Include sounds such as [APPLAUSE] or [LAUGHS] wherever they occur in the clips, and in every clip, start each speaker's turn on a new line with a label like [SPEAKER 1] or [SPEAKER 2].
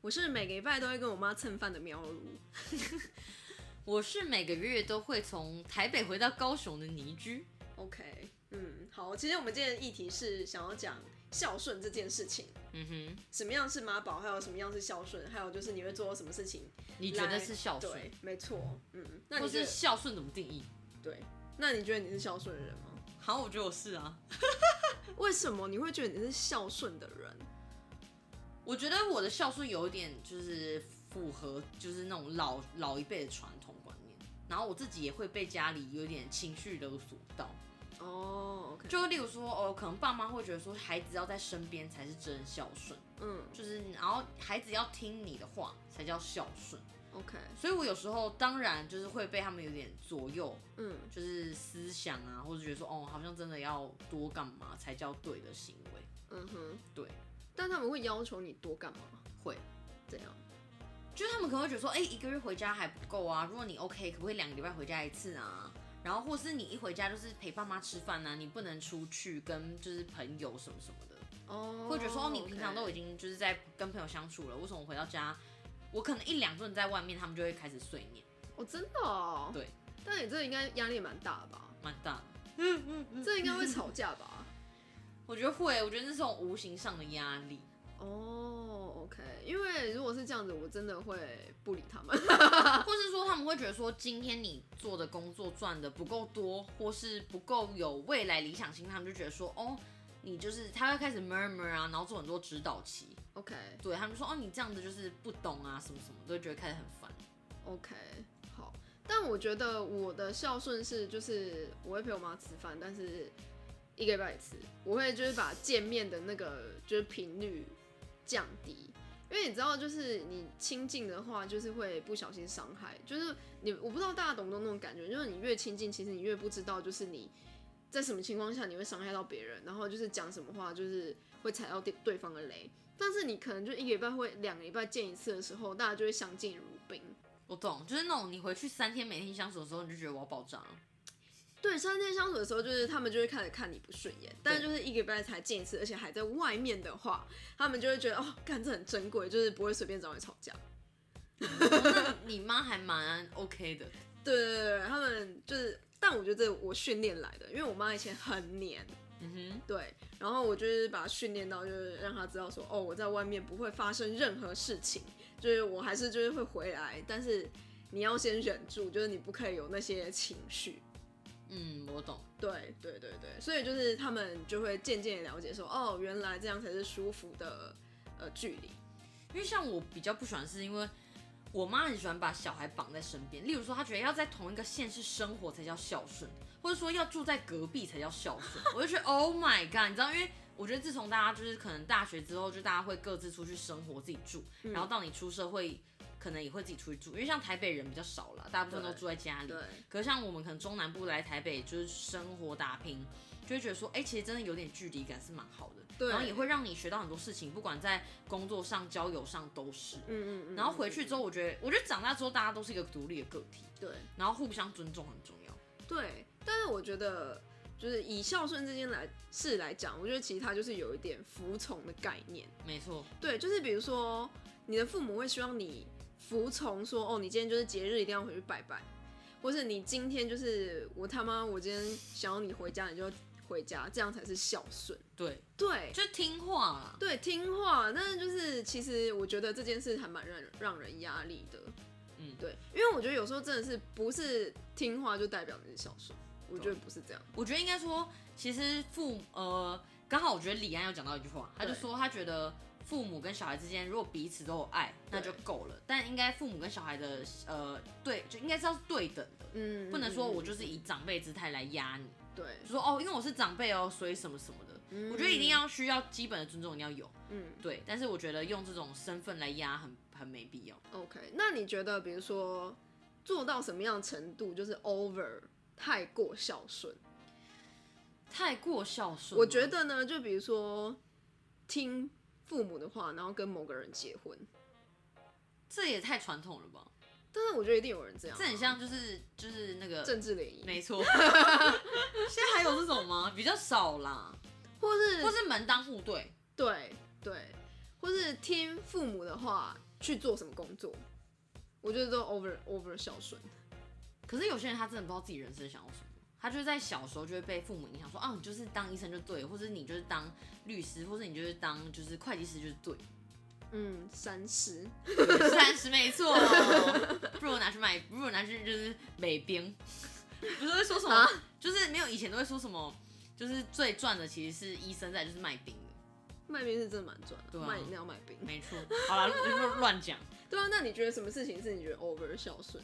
[SPEAKER 1] 我是每个礼拜都会跟我妈蹭饭的喵如，
[SPEAKER 2] 我是每个月都会从台北回到高雄的倪居。
[SPEAKER 1] OK，嗯，好，其实我们今天的议题是想要讲孝顺这件事情，
[SPEAKER 2] 嗯哼，
[SPEAKER 1] 什么样是妈宝，还有什么样是孝顺，还有就是你会做什么事情
[SPEAKER 2] 你觉
[SPEAKER 1] 来
[SPEAKER 2] 得是孝顺
[SPEAKER 1] 对，，没错，嗯，那
[SPEAKER 2] 或
[SPEAKER 1] 你觉
[SPEAKER 2] 是
[SPEAKER 1] 得
[SPEAKER 2] 孝顺怎么定义？
[SPEAKER 1] 对？那你觉得你是孝顺的人吗？
[SPEAKER 2] 好，我觉得我是啊。
[SPEAKER 1] 为什么你会觉得你是孝顺的人？
[SPEAKER 2] 我觉得我的孝顺有一点就是符合就是那种老老一辈的传统观念，然后我自己也会被家里有点情绪勒索到，
[SPEAKER 1] 哦，OK，
[SPEAKER 2] 就例如说哦，可能爸妈会觉得说孩子要在身边才是真孝顺，
[SPEAKER 1] 嗯
[SPEAKER 2] 就是然后孩子要听你的话才叫孝顺，
[SPEAKER 1] ，OK，
[SPEAKER 2] 所以我有时候当然就是会被他们有点左右，
[SPEAKER 1] 嗯
[SPEAKER 2] 就是思想啊，或者觉得说哦，好像真的要多干嘛才叫对的行为，
[SPEAKER 1] 嗯哼，
[SPEAKER 2] 对，
[SPEAKER 1] 但他们会要求你多干嘛？
[SPEAKER 2] 会。
[SPEAKER 1] 怎样？
[SPEAKER 2] 就是他们可能会觉得说，哎、一个月回家还不够啊，如果你 OK，可不可以两个礼拜回家一次啊？然后或是你一回家就是陪爸妈吃饭啊，你不能出去跟就是朋友什么什么的，
[SPEAKER 1] 哦，
[SPEAKER 2] 或者说、哦、你平常都已
[SPEAKER 1] 经
[SPEAKER 2] 经就是在跟朋友相处了，为什么回到家，我可能一两顿在外面，他们就会开始碎念，
[SPEAKER 1] 哦，真的哦，
[SPEAKER 2] 对，
[SPEAKER 1] 但你这应该压力也蛮大的吧？
[SPEAKER 2] 蛮大的。
[SPEAKER 1] 这应该会吵架吧？
[SPEAKER 2] 我觉得会，我觉得这是种无形上的压力。
[SPEAKER 1] 哦，OK，因为如果是这样子，我真的会不理他们。 [LAUGHS]
[SPEAKER 2] 或是说他们会觉得说，今天你做的工作赚的不够多，或是不够有未来理想性，他们就觉得说，哦，你就是他会开始 murmur 啊，然后做很多指导期，
[SPEAKER 1] OK
[SPEAKER 2] 对他们就说，哦，你这样子就是不懂啊，什么什么，都会觉得开始很烦。
[SPEAKER 1] OK，好。但我觉得我的孝顺是，就是我会陪我妈吃饭，但是一个礼拜一次，我会就是把见面的那个就是频率降低，因为你知道，就是你亲近的话，就是会不小心伤害，就是你我不知道大家懂不懂那种感觉，就是你越亲近，其实你越不知道，就是你在什么情况下你会伤害到别人，然后就是讲什么话，就是会踩到对对方的雷。但是你可能就一个礼拜会两个礼拜见一次的时候，大家就会相敬如宾。
[SPEAKER 2] 我懂，就是那种你回去三天每天相处的时候，你就觉得我要爆炸了。 [LAUGHS]
[SPEAKER 1] 对，三天相处的时候，就是他们就会开始看你不顺眼，但
[SPEAKER 2] 对
[SPEAKER 1] 就是一个礼拜才见一次，而且还在外面的话，他们就会觉得哦，干这很珍贵，就是不会随便找你吵架。
[SPEAKER 2] 那你妈还蛮 OK 的，
[SPEAKER 1] 对对对对，他们就是，但我觉得这我训练来的，因为我妈以前很黏，
[SPEAKER 2] 嗯哼，
[SPEAKER 1] 对，然后我就是把她训练到，就是让她知道说，哦，我在外面不会发生任何事情，就是我还是就是会回来，但是你要先忍住，就是你不可以有那些情绪。
[SPEAKER 2] 嗯，我懂。
[SPEAKER 1] 对对对对，所以就是他们就会渐渐了解说，哦，原来这样才是舒服的呃距离。
[SPEAKER 2] 因为像我比较不喜欢，是因为我妈很喜欢把小孩绑在身边，例如说她觉得要在同一个县市生活才叫孝顺，或者说要住在隔壁才叫孝顺，我就觉得 Oh my god，你知道，因为我觉得自从大家就是可能大学之后，就大家会各自出去生活自己住，然后到你出社会，可能也会自己出去住，因为像台北人比较少了，大部分都
[SPEAKER 1] 对
[SPEAKER 2] 住在家里
[SPEAKER 1] 对。
[SPEAKER 2] 可是像我们可能中南部来台北就是生活打拼，就会觉得说，哎、其实真的有点距离感是蛮好的，
[SPEAKER 1] 对
[SPEAKER 2] 然后也会让你学到很多事情，不管在工作上、交友上都是。
[SPEAKER 1] 嗯嗯嗯。
[SPEAKER 2] 然后回去之后，我觉得，我觉得长大之后大家都是一个独立的个体，
[SPEAKER 1] 对
[SPEAKER 2] 然后互相尊重很重要。
[SPEAKER 1] 对，但是我觉得就是以孝顺这件来事来讲，我觉得其实它就是有一点服从的概念。
[SPEAKER 2] 没错，
[SPEAKER 1] 对，就是比如说你的父母会希望你服从说，哦，你今天就是节日一定要回去拜拜，或是你今天就是我他妈我今天想要你回家你就回家，这样才是孝顺。
[SPEAKER 2] 对，
[SPEAKER 1] 对，
[SPEAKER 2] 就听话啦。
[SPEAKER 1] 对，听话，但是就是其实我觉得这件事还蛮让人让人压力的，
[SPEAKER 2] 嗯
[SPEAKER 1] 对，因为我觉得有时候真的是不是听话就代表你是孝顺，我觉得不是这样，
[SPEAKER 2] 我觉得应该说，其实父母呃，刚好我觉得李安有讲到一句话，他就
[SPEAKER 1] 对
[SPEAKER 2] 说他觉得父母跟小孩之间如果彼此都有爱，那就够了。但应该父母跟小孩的呃，对，就应该是要对等的，
[SPEAKER 1] 嗯，
[SPEAKER 2] 不能说
[SPEAKER 1] 嗯
[SPEAKER 2] 我就是以长辈姿态来压你，
[SPEAKER 1] 对，
[SPEAKER 2] 就说哦，因为我是长辈哦，所以什么什么的。我觉得一定要需要基本的尊重，一定要有。
[SPEAKER 1] 嗯
[SPEAKER 2] 对，但是我觉得用这种身份来压很很没必要。
[SPEAKER 1] ，OK，那你觉得比如说做到什么样的程度就是 over 太过孝顺？
[SPEAKER 2] 太过孝顺吗，
[SPEAKER 1] 我觉得呢，就比如说听父母的话，然后跟某个人结婚，
[SPEAKER 2] 这也太传统了吧？
[SPEAKER 1] 但是我觉得一定有人这样啊、
[SPEAKER 2] 这很像就是就是那个
[SPEAKER 1] 政治联谊，
[SPEAKER 2] 没错，现 [LAUGHS] 在还有这种吗？比较少啦，
[SPEAKER 1] 或是
[SPEAKER 2] 或是门当户对，
[SPEAKER 1] 对对，或是听父母的话，去做什么工作，我觉得都 over over 孝顺。
[SPEAKER 2] 可是有些人他真的不知道自己人生想要什么，他就是在小时候就会被父母影响，说啊，你就是当医生就对了，或者你就是当律师，或者你就是当就是会计师就是对了。
[SPEAKER 1] 嗯，三十，
[SPEAKER 2] 三十没错，不如拿去买，不如拿去就是美兵，不是会说什么，就是没有以前都会说什么，就是最赚的其实是医生在就是卖兵的，
[SPEAKER 1] 卖冰是真的蛮赚的，
[SPEAKER 2] 对啊
[SPEAKER 1] 卖饮料卖冰。
[SPEAKER 2] 没错。好啦，就是乱讲。
[SPEAKER 1] 对啊，那你觉得什么事情是你觉得 over 孝顺？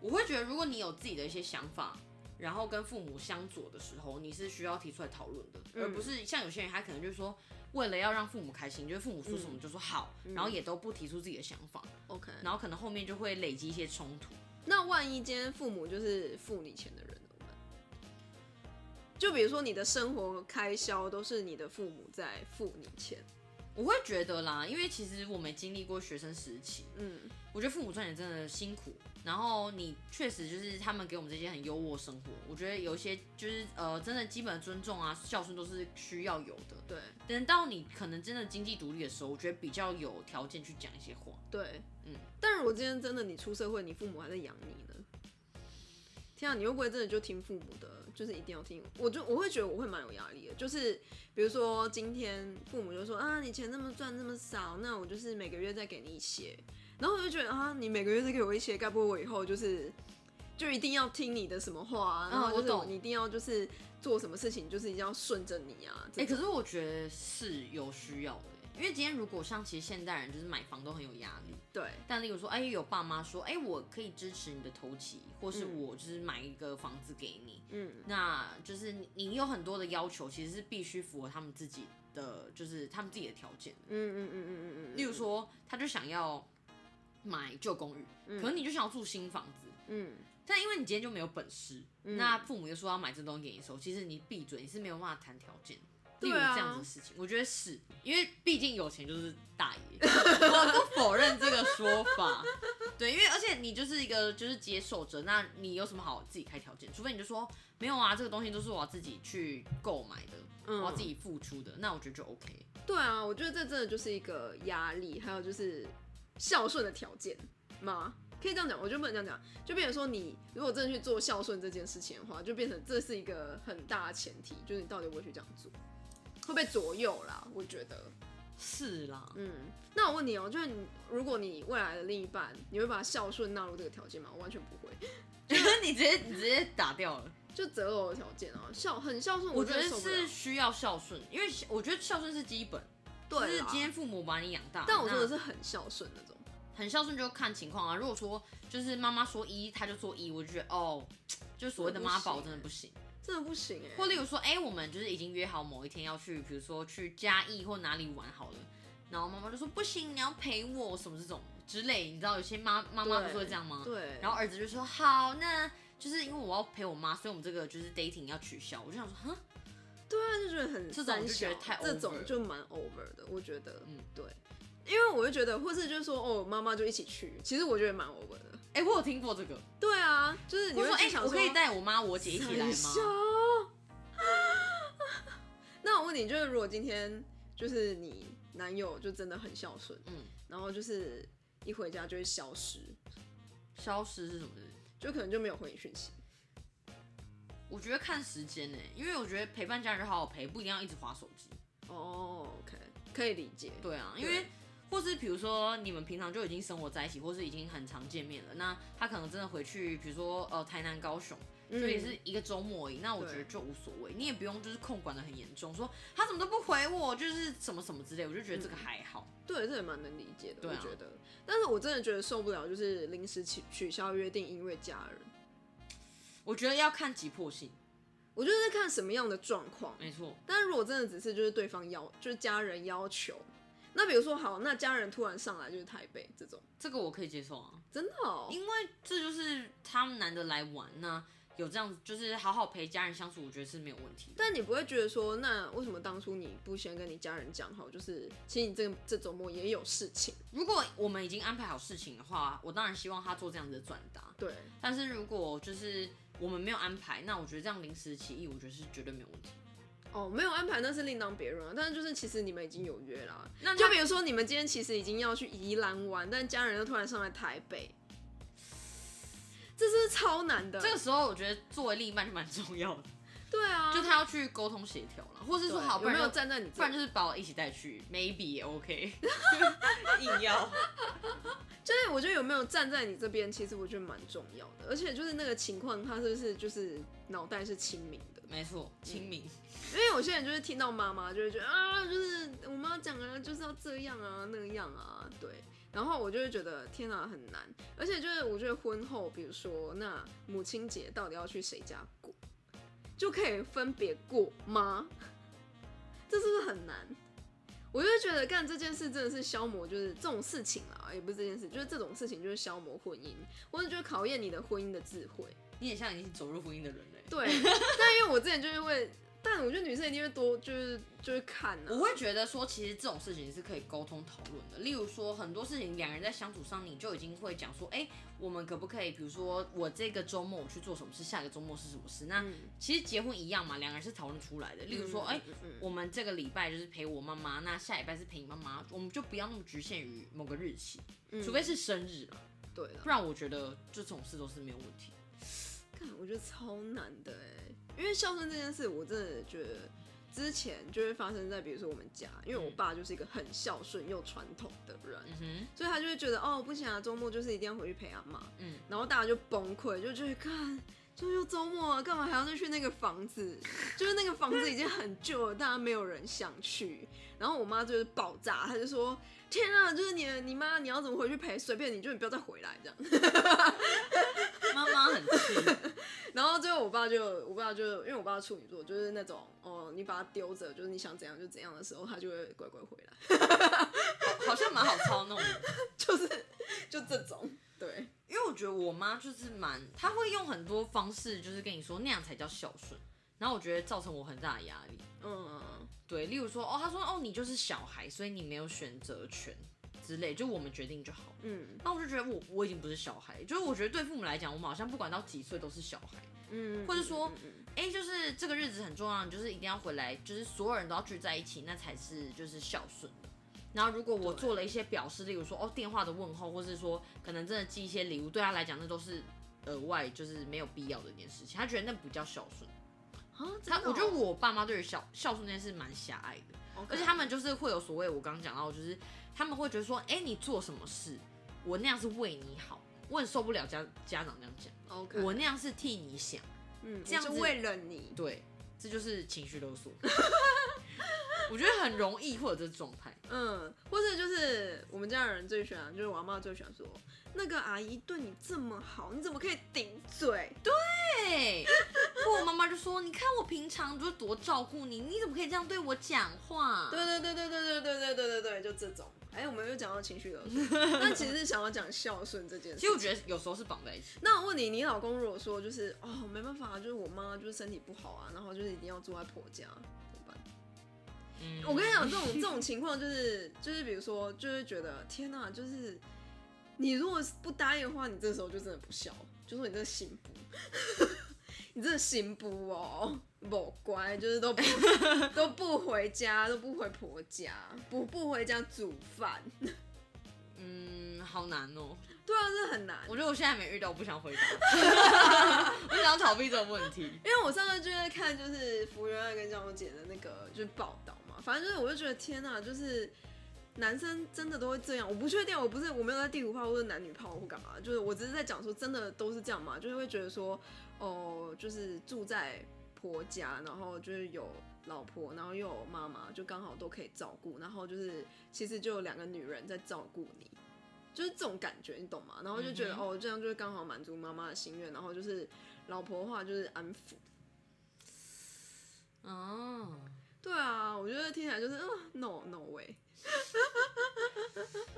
[SPEAKER 2] 我会觉得，如果你有自己的一些想法，然后跟父母相左的时候，你是需要提出来讨论的，
[SPEAKER 1] 嗯
[SPEAKER 2] 而不是像有些人他可能就是说，为了要让父母开心，就是父母说什么就说好，然后也都不提出自己的想法，
[SPEAKER 1] OK，
[SPEAKER 2] 然后可能后面就会累积一些冲突。
[SPEAKER 1] 那万一今天父母就是付你钱的人怎么办？就比如说你的生活开销都是你的父母在付你钱，
[SPEAKER 2] 我会觉得啦，因为其实我们经历过学生时期，
[SPEAKER 1] 嗯，
[SPEAKER 2] 我觉得父母赚钱真的辛苦，然后你确实就是他们给我们这些很优渥的生活，我觉得有一些就是呃，真的基本的尊重啊、孝顺都是需要有的。
[SPEAKER 1] 对
[SPEAKER 2] 等到你可能真的经济独立的时候，我觉得比较有条件去讲一些话。
[SPEAKER 1] 对，
[SPEAKER 2] 嗯。
[SPEAKER 1] 但如果今天真的你出社会，你父母还在养你呢，天啊，你会不会真的就听父母的？就是一定要听？我就我会觉得我会蛮有压力的，就是比如说今天父母就说啊，你钱那么赚那么少，那我就是每个月再给你一些，然后我就觉得啊，你每个月再给我一些，该不会我以后就是就一定要听你的什么话、啊，
[SPEAKER 2] 嗯
[SPEAKER 1] 然后就是
[SPEAKER 2] 我懂
[SPEAKER 1] 你一定要就是做什么事情就是一定要顺着你啊，
[SPEAKER 2] 哎、
[SPEAKER 1] 这
[SPEAKER 2] 可
[SPEAKER 1] 种
[SPEAKER 2] 是我觉得是有需要的欸，因为今天如果像其实现代人就是买房都很有压力，
[SPEAKER 1] 对，
[SPEAKER 2] 但例如说，哎、有爸妈说，哎、我可以支持你的头期，或是
[SPEAKER 1] 嗯
[SPEAKER 2] 我就是买一个房子给你，
[SPEAKER 1] 嗯，
[SPEAKER 2] 那就是你你有很多的要求，其实是必须符合他们自己的，就是他们自己的条件。
[SPEAKER 1] 嗯嗯嗯嗯嗯嗯嗯，
[SPEAKER 2] 例如说，他就想要买旧公寓，可能你就想要住新房子，
[SPEAKER 1] 嗯。
[SPEAKER 2] 但因为你今天就没有本事，那父母又说要买这东西给你的时候，其实你闭嘴，你是没有办法谈条件。例如
[SPEAKER 1] 对啊
[SPEAKER 2] 这样子的事情，我觉得是因为毕竟有钱就是大爷， [LAUGHS] 我不否认这个说法。对，因为而且你就是一个就是接受者，那你有什么好自己开条件？除非你就说没有啊，这个东西都是我要自己去购买的，
[SPEAKER 1] 嗯
[SPEAKER 2] 我要自己付出的，那我觉得就 OK。
[SPEAKER 1] 对啊，我觉得这真的就是一个压力，还有就是孝顺的条件吗？可以这样讲，我就不能这样讲，就变成说你如果真的去做孝顺这件事情的话，就变成这是一个很大的前提，就是你到底会不会去这样做，会被左右啦。我觉得，
[SPEAKER 2] 是啦，
[SPEAKER 1] 嗯，那我问你哦、就是你如果你未来的另一半，你会把孝顺纳入这个条件吗？我完全不会，
[SPEAKER 2] 你直 [LAUGHS] 接你直接打掉了。
[SPEAKER 1] 就择偶的条件啊，孝很孝顺，
[SPEAKER 2] 我觉
[SPEAKER 1] 真的
[SPEAKER 2] 得
[SPEAKER 1] 受不了
[SPEAKER 2] 是需要孝顺，因为我觉得孝顺是基本，就
[SPEAKER 1] 对
[SPEAKER 2] 是
[SPEAKER 1] 啦
[SPEAKER 2] 今天父母把你养大。
[SPEAKER 1] 但我说的
[SPEAKER 2] 那
[SPEAKER 1] 是很孝顺那种，
[SPEAKER 2] 很孝顺就看情况啊。如果说就是妈妈说一，他就做一，我就觉得哦，就是所谓的妈宝真的不行。
[SPEAKER 1] 真的不行哎、
[SPEAKER 2] 或例如说，哎、我们就是已经约好某一天要去，比如说去嘉义或哪里玩好了，然后妈妈就说不行，你要陪我什么这种之类，你知道有些妈妈妈不是会这样吗？
[SPEAKER 1] 对，
[SPEAKER 2] 然后儿子就说好，那就是因为我要陪我妈，所以我们这个就是 dating 要取消。我就想说，哈，
[SPEAKER 1] 对啊，就觉得很
[SPEAKER 2] 这种
[SPEAKER 1] 三
[SPEAKER 2] 就觉得
[SPEAKER 1] 小
[SPEAKER 2] 太
[SPEAKER 1] 这
[SPEAKER 2] over
[SPEAKER 1] 种
[SPEAKER 2] 了
[SPEAKER 1] 就蛮 over 的，我觉得，嗯
[SPEAKER 2] 嗯，
[SPEAKER 1] 对，因为我就觉得，或是就是说，哦，妈妈就一起去，其实我觉得蛮 over 的，
[SPEAKER 2] 哎、我有听过这个，
[SPEAKER 1] 对啊，就是你
[SPEAKER 2] 我
[SPEAKER 1] 会
[SPEAKER 2] 说，
[SPEAKER 1] 去
[SPEAKER 2] 哎、
[SPEAKER 1] 想
[SPEAKER 2] 我可以
[SPEAKER 1] 带
[SPEAKER 2] 带我妈我姐一起来吗？
[SPEAKER 1] [LAUGHS] 那我问你，就是如果今天就是你男友就真的很孝顺，
[SPEAKER 2] 嗯，
[SPEAKER 1] 然后就是一回家就会消失，
[SPEAKER 2] 消失是什么意思？
[SPEAKER 1] 就可能就没有回你讯息，
[SPEAKER 2] 我觉得看时间呢、因为我觉得陪伴家人就好好陪，不一定要一直划手机。
[SPEAKER 1] 哦，OK，可以理解，
[SPEAKER 2] 对啊，因
[SPEAKER 1] 对
[SPEAKER 2] 为或是比如说你们平常就已经生活在一起，或是已经很常见面了，那他可能真的回去，比如说呃台南、高雄，
[SPEAKER 1] 嗯
[SPEAKER 2] 就也是一个周末而已，那我觉得就无所谓，你也不用就是控管的很严重，说他怎么都不回我，就是什么什么之类，我就觉得这个还好。
[SPEAKER 1] 对，这也蛮能理解的，
[SPEAKER 2] 对啊
[SPEAKER 1] 我觉得。但是我真的觉得受不了，就是临时取取消约定，因为家人。
[SPEAKER 2] 我觉得要看急迫性，
[SPEAKER 1] 我觉得是看什么样的状况，
[SPEAKER 2] 没错，
[SPEAKER 1] 但如果真的只是就是对方要，就是家人要求，那比如说好，那家人突然上来就是台北这种，
[SPEAKER 2] 这个我可以接受啊，
[SPEAKER 1] 真的哦，
[SPEAKER 2] 因为这就是他们难得来玩那有这样子，就是好好陪家人相处，我觉得是没有问题的。
[SPEAKER 1] 但你不会觉得说，那为什么当初你不先跟你家人讲好，就是其实你这个这周末也有事情，
[SPEAKER 2] 如果我们已经安排好事情的话，我当然希望他做这样子的转达。
[SPEAKER 1] 对，
[SPEAKER 2] 但是如果就是我们没有安排，那我觉得这样临时起意，我觉得是绝对没有问题。
[SPEAKER 1] 哦，没有安排那是另当别论啊。但是就是其实你们已经有约啦，
[SPEAKER 2] 那
[SPEAKER 1] 就
[SPEAKER 2] 就
[SPEAKER 1] 比如说你们今天其实已经要去宜兰玩，但家人又突然上来台北，这是超难的。
[SPEAKER 2] 这个时候，我觉得作为另一半是蛮重 [LAUGHS] 要的，
[SPEAKER 1] 对啊，
[SPEAKER 2] 就他要去沟通协调了，或是
[SPEAKER 1] 对
[SPEAKER 2] 说好，不
[SPEAKER 1] 有
[SPEAKER 2] 然
[SPEAKER 1] 没有
[SPEAKER 2] 就
[SPEAKER 1] 站在你这
[SPEAKER 2] 不然就是把我一起带去，maybe 也 [LAUGHS] OK，硬要。
[SPEAKER 1] 就是我觉得有没有站在你这边，其实我觉得蛮重要的。而且就是那个情况，他是不是就是脑袋是清明的？
[SPEAKER 2] 没错，清明。
[SPEAKER 1] 因为有些人就是听到妈妈就会觉得啊，就是我妈讲啊，就是要这样啊那样啊，对。然后我就会觉得天啊很难，而且就是我觉得婚后，比如说那母亲节到底要去谁家过，就可以分别过吗？这是不是很难？我就觉得干这件事真的是消磨，就是这种事情啊，也不是这件事，就是这种事情就是消磨婚姻，或者就是考验你的婚姻的智慧。
[SPEAKER 2] 你很像已经走入婚姻的人嘞、
[SPEAKER 1] 对，但因为我之前就是会，但我觉得女生一定会多，就是就是看
[SPEAKER 2] 我
[SPEAKER 1] 啊。
[SPEAKER 2] 会觉得说，其实这种事情是可以沟通讨论的。例如说，很多事情两人在相处上，你就已经会讲说，哎、我们可不可以，比如说我这个周末我去做什么事，下个周末是什么事？那
[SPEAKER 1] 嗯
[SPEAKER 2] 其实结婚一样嘛，两个人是讨论出来的。例啊如说，哎、
[SPEAKER 1] 嗯嗯
[SPEAKER 2] 我们这个礼拜就是陪我妈妈，那下礼拜是陪你妈妈，我们就不要那么局限于某个日期，
[SPEAKER 1] 嗯
[SPEAKER 2] 除非是生日啦，
[SPEAKER 1] 对了
[SPEAKER 2] 不，然我觉得这种事都是没有问题。
[SPEAKER 1] 看我觉得超难的哎，因为孝顺这件事，我真的觉得之前就会发生在比如说我们家，因为我
[SPEAKER 2] 嗯
[SPEAKER 1] 爸就是一个很孝顺又传统的人，
[SPEAKER 2] 嗯哼，
[SPEAKER 1] 所以他就会觉得哦不行啊，周末就是一定要回去陪阿妈，
[SPEAKER 2] 嗯，
[SPEAKER 1] 然后大家就崩溃，就觉得看。就又周末啊，干嘛还要再去那个房子？就是那个房子已经很旧了，大家没有人想去。然后我妈就是爆炸，她就说：“天啊，就是你的你妈，你要怎么回去陪？随便你，就你不要再回来这样。 [LAUGHS]
[SPEAKER 2] 妈妈很气，”
[SPEAKER 1] 然后最后我爸就，我爸就因为我爸处女座，就是那种哦，你把它丢着，就是你想怎样就怎样的时候，他就会乖乖回来，
[SPEAKER 2] [LAUGHS]
[SPEAKER 1] [LAUGHS]
[SPEAKER 2] 好好像蛮好操弄的。
[SPEAKER 1] 就是就这种。对，
[SPEAKER 2] 因为我觉得我妈就是蛮，她会用很多方式，就是跟你说那样才叫孝顺。然后我觉得造成我很大的压力。
[SPEAKER 1] 嗯，
[SPEAKER 2] 对，例如说，哦，她说，哦，你就是小孩，所以你没有选择权之类，就我们决定就好。
[SPEAKER 1] 嗯
[SPEAKER 2] 那我就觉得我我已经不是小孩，就是我觉得对父母来讲，我们好像不管到几岁都是小孩。
[SPEAKER 1] 嗯，
[SPEAKER 2] 或者说
[SPEAKER 1] 嗯，嗯
[SPEAKER 2] 哎、就是这个日子很重要，你就是一定要回来，就是所有人都要聚在一起，那才是就是孝顺的。然后如果我
[SPEAKER 1] 对
[SPEAKER 2] 做了一些表示，例如说哦电话的问候，或是说可能真的寄一些礼物，对他来讲那都是额外就是没有必要的一件事情，他觉得那不叫孝顺。
[SPEAKER 1] 嗯啊，
[SPEAKER 2] 他
[SPEAKER 1] 真的
[SPEAKER 2] 我觉得
[SPEAKER 1] 哦
[SPEAKER 2] 我爸妈对于孝孝顺这件事蛮狭隘的，
[SPEAKER 1] OK
[SPEAKER 2] 而且他们就是会有所谓我刚刚讲到，就是他们会觉得说，哎、你做什么事，我那样是为你好，我很受不了家家长这样讲，
[SPEAKER 1] OK，
[SPEAKER 2] 我那样是替你想。
[SPEAKER 1] 嗯，
[SPEAKER 2] 这样
[SPEAKER 1] 我就
[SPEAKER 2] 子
[SPEAKER 1] 为了你，
[SPEAKER 2] 对，这就是情绪勒索。 [LAUGHS] 我觉得很容易会有这状态。
[SPEAKER 1] 嗯，或者就是我们家人最喜欢，就是我阿妈最喜欢说，那个阿姨对你这么好，你怎么可以顶嘴？对，
[SPEAKER 2] 对，或我妈妈就说：“你看我平常就是多照顾你，你怎么可以这样对我讲话？”
[SPEAKER 1] 对对对对对对对对对对，就这种。哎、我们又讲到情绪勒索，
[SPEAKER 2] [LAUGHS]
[SPEAKER 1] 但其实是想要讲孝顺这件事。
[SPEAKER 2] 其实我觉得有时候是绑在一起。
[SPEAKER 1] 那我问你，你老公如果说就是哦，没办法，就是我妈就是身体不好啊，然后就是一定要住在婆家，怎么办？
[SPEAKER 2] 嗯
[SPEAKER 1] 我跟你讲，这种这种情况就是就是，比如说，就是觉得天哪、就是你如果不答应的话，你这时候就真的不孝，就说你这个心不， [LAUGHS] 你这个心不哦，不乖，就是都不都不回家，都不回婆家，不不回家煮饭，
[SPEAKER 2] 嗯，好难哦。
[SPEAKER 1] 对啊，这很难。
[SPEAKER 2] 我觉得我现在没遇到，我不想 [LAUGHS] 回答。我想要逃避这个问题。
[SPEAKER 1] 因为我上次就在看就是福原爱跟江宏姐的那个就是报道嘛，反正就是我就觉得天呐，就是男生真的都会这样，我不确定，我不是我没有在地图炮或者男女炮或干嘛，就是我只是在讲说真的都是这样嘛，就是会觉得说哦，就是住在婆家，然后就是有老婆，然后又有妈妈，就刚好都可以照顾，然后就是其实就有两个女人在照顾你。就是这种感觉，你懂吗？然后就觉得、
[SPEAKER 2] 嗯哼
[SPEAKER 1] 哦，这样就会刚好满足妈妈的心愿，然后就是老婆的话就是安抚，
[SPEAKER 2] 哦，
[SPEAKER 1] 对啊，我觉得听起来就是，嗯、n o no way，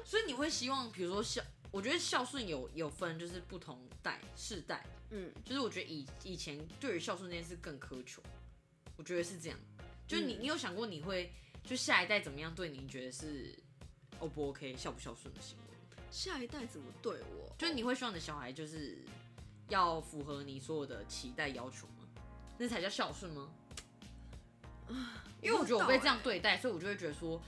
[SPEAKER 2] 所以你会希望，比如说孝，我觉得孝顺有有分，就是不同代世代。
[SPEAKER 1] 嗯
[SPEAKER 2] 就是我觉得以以前对于孝顺这件事更苛求，我觉得是这样。就是你，
[SPEAKER 1] 嗯
[SPEAKER 2] 你有想过你会就下一代怎么样对你？你觉得是 O 不 OK、孝不孝顺的行为？
[SPEAKER 1] 下一代怎么对我？哦
[SPEAKER 2] 就是你会希望你的小孩就是要符合你所有的期待要求吗？那才叫孝顺吗？因为我觉得我被这样
[SPEAKER 1] 不知道欸
[SPEAKER 2] 对待，所以我就会觉得说，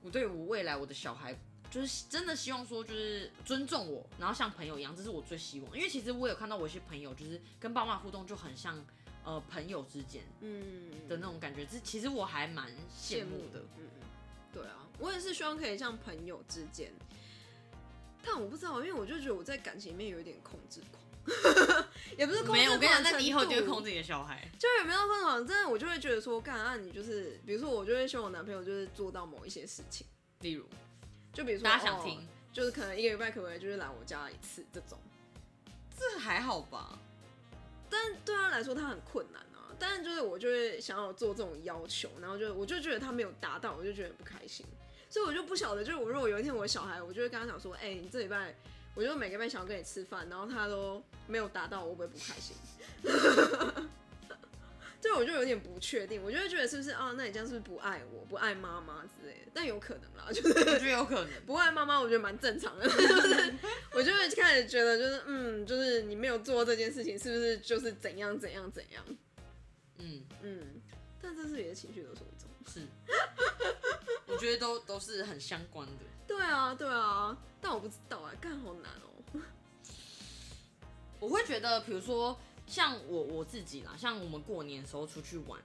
[SPEAKER 2] 我对我未来我的小孩，就是真的希望说，就是尊重我，然后像朋友一样，这是我最希望。因为其实我有看到我一些朋友，就是跟爸妈互动就很像呃朋友之间
[SPEAKER 1] 欸嗯
[SPEAKER 2] 的那种感觉，这其实我还蛮羡
[SPEAKER 1] 羡
[SPEAKER 2] 慕
[SPEAKER 1] 慕
[SPEAKER 2] 的
[SPEAKER 1] 的。。嗯，对啊，我也是希望可以像朋友之间，但我不知道，因为我就觉得我在感情里面有一点控制狂， [LAUGHS] 也不是控制狂
[SPEAKER 2] 没有，我跟你讲，
[SPEAKER 1] 的
[SPEAKER 2] 那你以后就会
[SPEAKER 1] 程度
[SPEAKER 2] 控制你的小孩。
[SPEAKER 1] 就也没有分享，真的我就会觉得说，干啊，你就是，比如说我就会希望我男朋友就是做到某一些事情，
[SPEAKER 2] 例如，
[SPEAKER 1] 就比如说
[SPEAKER 2] 大家想
[SPEAKER 1] 哦
[SPEAKER 2] 听，
[SPEAKER 1] 就是可能一个礼拜可不可以就是来我家一次这种，
[SPEAKER 2] 这还好吧？
[SPEAKER 1] 但对他来说他很困难啊。但是就是我就会想要做这种要求，然后就我就觉得他没有达到，我就觉得很不开心，所以我就不晓得，就是我如果有一天我的小孩，我就会跟他讲说，哎、你这礼拜。我就每个礼拜想要跟你吃饭，然后他都没有达到，我会不会不开心？ [LAUGHS] 对，我就有点不确定，我就会觉得是不是啊？那你这样是不是不爱我，不爱妈妈之类的？但有可能啦，就是
[SPEAKER 2] 我觉得有可能。
[SPEAKER 1] 不爱妈妈，我觉得蛮正常的， [LAUGHS] 就是我就会开始觉得，就是嗯，就是你没有做这件事情，是不是就是怎样怎样怎样？
[SPEAKER 2] 嗯，
[SPEAKER 1] 嗯，但这是你的情绪勒索一种。
[SPEAKER 2] 是。我觉得都都是很相关的。
[SPEAKER 1] 对啊，对啊，但我不知道啊，干好难哦、
[SPEAKER 2] 我会觉得，比如说像我我自己啦，像我们过年的时候出去玩，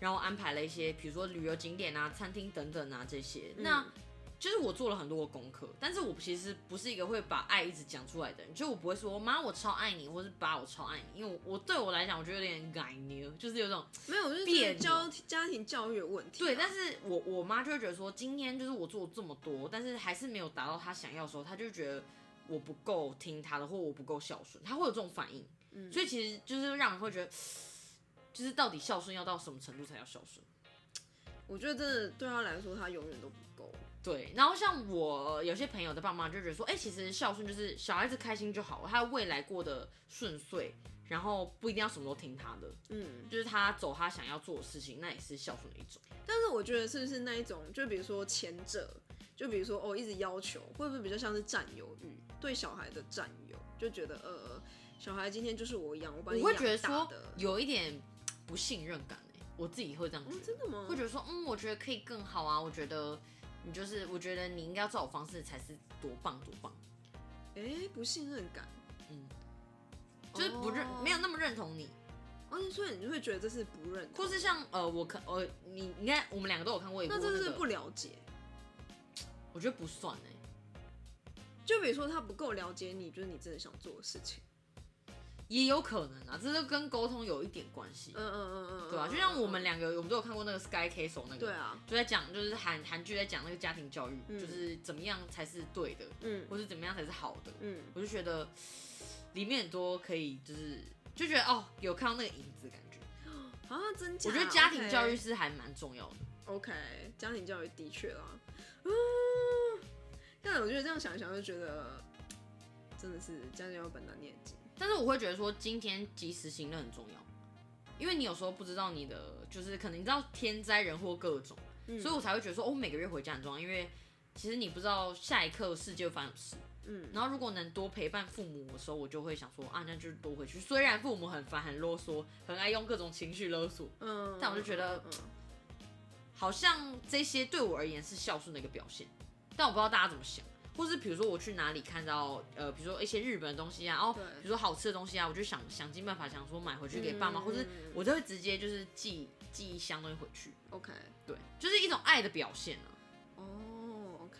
[SPEAKER 2] 然后安排了一些，比如说旅游景点啊、餐厅等等啊这些。那就是我做了很多的功课，但是我其实不是一个会把爱一直讲出来的人，就我不会说妈我超爱你，或是爸我超爱你，因为我我对我来讲，我觉得有点感牛，就是有种
[SPEAKER 1] 没有，我就是
[SPEAKER 2] 别
[SPEAKER 1] 觉
[SPEAKER 2] 扭
[SPEAKER 1] 得教家庭教育的问题啊、
[SPEAKER 2] 对，但是我我妈就会觉得说，今天就是我做了这么多，但是还是没有达到她想要的时候，她就觉得我不够听她的，或我不够孝顺，她会有这种反应。
[SPEAKER 1] 嗯
[SPEAKER 2] 所以其实就是让人会觉得，就是到底孝顺要到什么程度才叫孝顺？
[SPEAKER 1] 我觉得真的对他来说，他永远都不够。
[SPEAKER 2] 对，然后像我有些朋友的爸妈就觉得说，哎、其实孝顺就是小孩子开心就好，他未来过得顺遂，然后不一定要什么都听他的，
[SPEAKER 1] 嗯，
[SPEAKER 2] 就是他走他想要做的事情，那也是孝顺的一种。
[SPEAKER 1] 但是我觉得是不是那一种，就比如说前者，就比如说哦一直要求，会不会比较像是占有欲？对小孩的占有，就觉得呃，小孩今天就是我养，我把你
[SPEAKER 2] 我会觉得
[SPEAKER 1] 养大
[SPEAKER 2] 说
[SPEAKER 1] 的。
[SPEAKER 2] 有一点不信任感、欸、我自己会这样觉
[SPEAKER 1] 哦
[SPEAKER 2] 得。，
[SPEAKER 1] 真的吗？
[SPEAKER 2] 会觉得说，嗯，我觉得可以更好啊，我觉得你就是，我觉得你应该要照我方式才是多棒多棒，
[SPEAKER 1] 哎、不信任感，
[SPEAKER 2] 嗯，就是不认、
[SPEAKER 1] 哦
[SPEAKER 2] 没有那么认同你，
[SPEAKER 1] 而且所以你就会觉得这是不认同，
[SPEAKER 2] 或是像呃，我看呃，你你看我们两个都有看过一部、
[SPEAKER 1] 那
[SPEAKER 2] 那个，
[SPEAKER 1] 这是不了解。
[SPEAKER 2] 我觉得不算哎、
[SPEAKER 1] 就比如说他不够了解你，就是你真的想做的事情。
[SPEAKER 2] 也有可能啊，这就跟沟通有一点关系，
[SPEAKER 1] 嗯嗯嗯嗯，
[SPEAKER 2] 对吧、啊
[SPEAKER 1] 嗯
[SPEAKER 2] 就像我们，两个，我们都有看过那个 Sky Castle 那个，
[SPEAKER 1] 对啊，
[SPEAKER 2] 就在讲就是韩韩剧在讲那个家庭教育，
[SPEAKER 1] 嗯
[SPEAKER 2] 就是怎么样才是对的，
[SPEAKER 1] 嗯
[SPEAKER 2] 或是怎么样才是好的，
[SPEAKER 1] 嗯，
[SPEAKER 2] 我就觉得里面很多可以，就是就觉得哦，有看到那个影子的感觉。
[SPEAKER 1] 啊，真假？
[SPEAKER 2] 我觉得家庭教育
[SPEAKER 1] OK
[SPEAKER 2] 是还蛮重要的。
[SPEAKER 1] OK，家庭教育的确啦，嗯，但我觉得这样想一想就觉得，真的是家庭要本难念经。
[SPEAKER 2] 但是我会觉得说，今天及时行乐很重要，因为你有时候不知道你的，就是可能你知道天灾人祸各种，
[SPEAKER 1] 嗯
[SPEAKER 2] 所以我才会觉得说，哦，每个月回家很重要，因为其实你不知道下一刻世界会发生什么事。
[SPEAKER 1] 嗯，
[SPEAKER 2] 然后如果能多陪伴父母的时候，我就会想说啊，那就多回去。虽然父母很烦、很啰嗦、很爱用各种情绪勒索，
[SPEAKER 1] 嗯，
[SPEAKER 2] 但我就觉得
[SPEAKER 1] 嗯
[SPEAKER 2] 好像这些对我而言是孝顺的一个表现，但我不知道大家怎么想，或是比如说我去哪里看到呃，比如说一些日本的东西啊，哦，
[SPEAKER 1] 对
[SPEAKER 2] 比如说好吃的东西啊，我就想想尽办法想说买回去给爸妈，
[SPEAKER 1] 嗯嗯
[SPEAKER 2] 或是我就会直接就是寄寄一箱东西回去，
[SPEAKER 1] OK，
[SPEAKER 2] 对，就是一种爱的表现啊。
[SPEAKER 1] 哦，OK，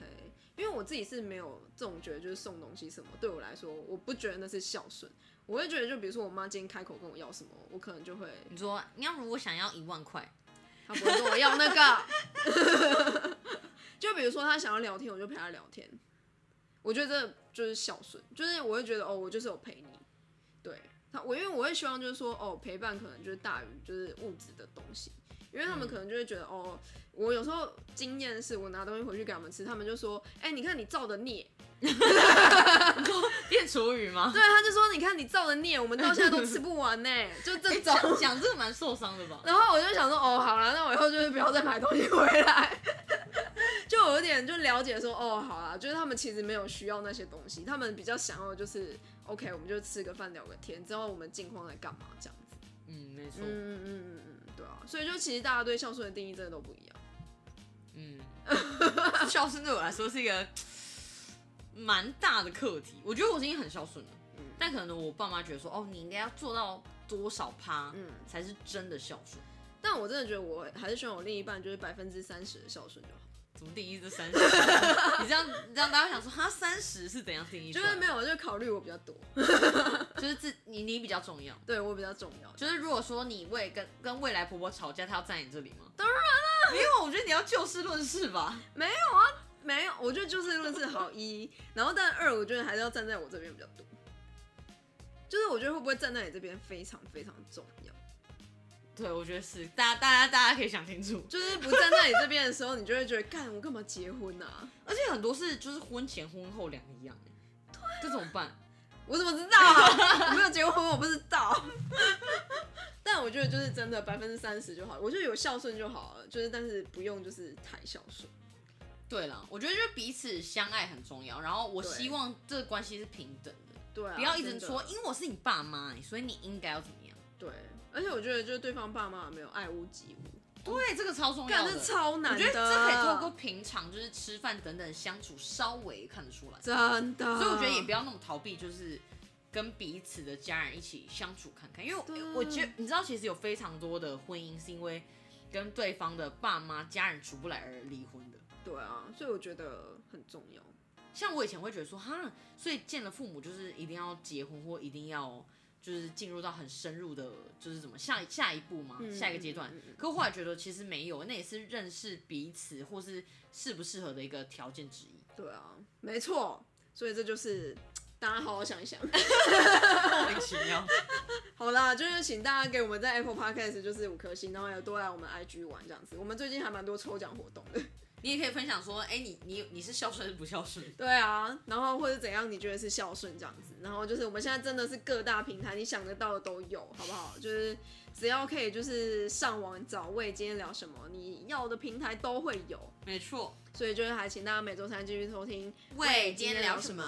[SPEAKER 1] 因为我自己是没有这种觉得，就是送东西什么，对我来说，我不觉得那是孝顺，我会觉得就比如说我妈今天开口跟我要什么，我可能就会，
[SPEAKER 2] 你说你要如果想要一万块，
[SPEAKER 1] 她不会跟我要那个， [LAUGHS] 就比如说她想要聊天，我就陪她聊天，我觉得这就是孝顺，就是我会觉得哦，我就是有陪你，对她，我因为我会希望就是说哦，陪伴可能就是大于就是物质的东西。因为他们可能就会觉得、哦，我有时候经验是我拿东西回去给他们吃，他们就说，哎、你看你造的孽，
[SPEAKER 2] [LAUGHS] 变厨余吗？
[SPEAKER 1] 对，他就说你看你造的孽，我们到现在都吃不完呢，就这
[SPEAKER 2] 诶
[SPEAKER 1] 种。
[SPEAKER 2] 讲讲这个蛮受伤的吧？
[SPEAKER 1] 然后我就想说，哦，好了，那我以后就是不要再买东西回来。 [LAUGHS] 就我有点就了解说，哦，好啦，就是他们其实没有需要那些东西，他们比较想要的就是，OK，我们就吃个饭聊个天，之后我们近况在干嘛这样子。
[SPEAKER 2] 嗯，没错。
[SPEAKER 1] 嗯嗯嗯嗯嗯，对啊，所以就其实大家对孝顺的定义真的都不一样。
[SPEAKER 2] 嗯， [LAUGHS] 孝顺对我来说是一个蛮大的课题。我觉得我已经很孝顺了，
[SPEAKER 1] 嗯
[SPEAKER 2] 但可能我爸妈觉得说，哦，你应该要做到多少趴，
[SPEAKER 1] 嗯
[SPEAKER 2] 才是真的孝顺。
[SPEAKER 1] 但我真的觉得我还是希望我另一半就是百分之三十的孝顺就好，
[SPEAKER 2] 怎么定义这 [LAUGHS] 三十？你这样你这样，大家想说他三十是怎样定义出
[SPEAKER 1] 就
[SPEAKER 2] 来的？
[SPEAKER 1] 是没有，就考虑我比较多，
[SPEAKER 2] 就是自你你比较重要。
[SPEAKER 1] 对我比较重要。
[SPEAKER 2] 就是如果说你未跟跟未来婆婆吵架，她要站你这里吗？当然啊啦、没有，我觉得你要就事论事吧。
[SPEAKER 1] 没有，我觉得就事论事好一， [LAUGHS] 然后但二我觉得还是要站在我这边比较多，就是我觉得会不会站在你这边非常非常重要，
[SPEAKER 2] 对，我觉得是，大家大家大家可以想清楚。
[SPEAKER 1] 就是不站在你这边的时候，你就会觉得干我干嘛结婚啊？
[SPEAKER 2] 而且很多事就是婚前婚后两个一样欸，这怎么办？
[SPEAKER 1] 我怎么知道
[SPEAKER 2] [LAUGHS]
[SPEAKER 1] 啊？我没有结过婚，我不知道。但我觉得就是真的百分之三十就好，我觉得有孝顺就好了，就是但是不用就是太孝顺。
[SPEAKER 2] 对了，我觉得就是彼此相爱很重要，然后我
[SPEAKER 1] 对
[SPEAKER 2] 希望这个关系是平等的，
[SPEAKER 1] 对啊，
[SPEAKER 2] 不要一直
[SPEAKER 1] 真的
[SPEAKER 2] 说因为我是你爸妈欸，所以你应该要怎么样。
[SPEAKER 1] 对，而且我觉得就是对方爸妈有没有爱屋及乌，
[SPEAKER 2] 对，这个超重要
[SPEAKER 1] 干
[SPEAKER 2] 的
[SPEAKER 1] 这。超难
[SPEAKER 2] 嗯我
[SPEAKER 1] 的。
[SPEAKER 2] 觉得这可以透过平常就是吃饭等等相处稍微看得出来，
[SPEAKER 1] 真的，
[SPEAKER 2] 所以我觉得也不要那么逃避，就是跟彼此的家人一起相处看看，因
[SPEAKER 1] 对
[SPEAKER 2] 为我觉得你知道，其实有非常多的婚姻是因为跟对方的爸妈家人处不来而离婚的。
[SPEAKER 1] 对啊，所以我觉得很重要。
[SPEAKER 2] 像我以前会觉得说，哈，所以见了父母就是一定要结婚，或一定要就是进入到很深入的，就是怎么下下一步嘛，
[SPEAKER 1] 嗯
[SPEAKER 2] 下一个阶段。
[SPEAKER 1] 嗯嗯嗯
[SPEAKER 2] 可后来觉得其实没有，那也是认识彼此或是适不适合的一个条件之一。
[SPEAKER 1] 对啊，没错，所以这就是大家好好想一 [LAUGHS] 想。
[SPEAKER 2] [LAUGHS] 莫名其妙。
[SPEAKER 1] 好啦，就是请大家给我们在 Apple Podcast 就是五颗星，然后也多来我们 IG 玩这样子。我们最近还蛮多抽奖活动的。
[SPEAKER 2] [LAUGHS]
[SPEAKER 1] [LAUGHS]
[SPEAKER 2] 你也可以分享说，哎、你你你是孝顺还是不孝顺？
[SPEAKER 1] 对啊，然后或者怎样，你觉得是孝顺这样子，然后就是我们现在真的是各大平台你想得到的都有，好不好？就是只要可以，就是上网找为今天聊什么，你要的平台都会有，
[SPEAKER 2] 没错。
[SPEAKER 1] 所以就是还请大家每周三继续收听。
[SPEAKER 2] 喂，今天聊什么？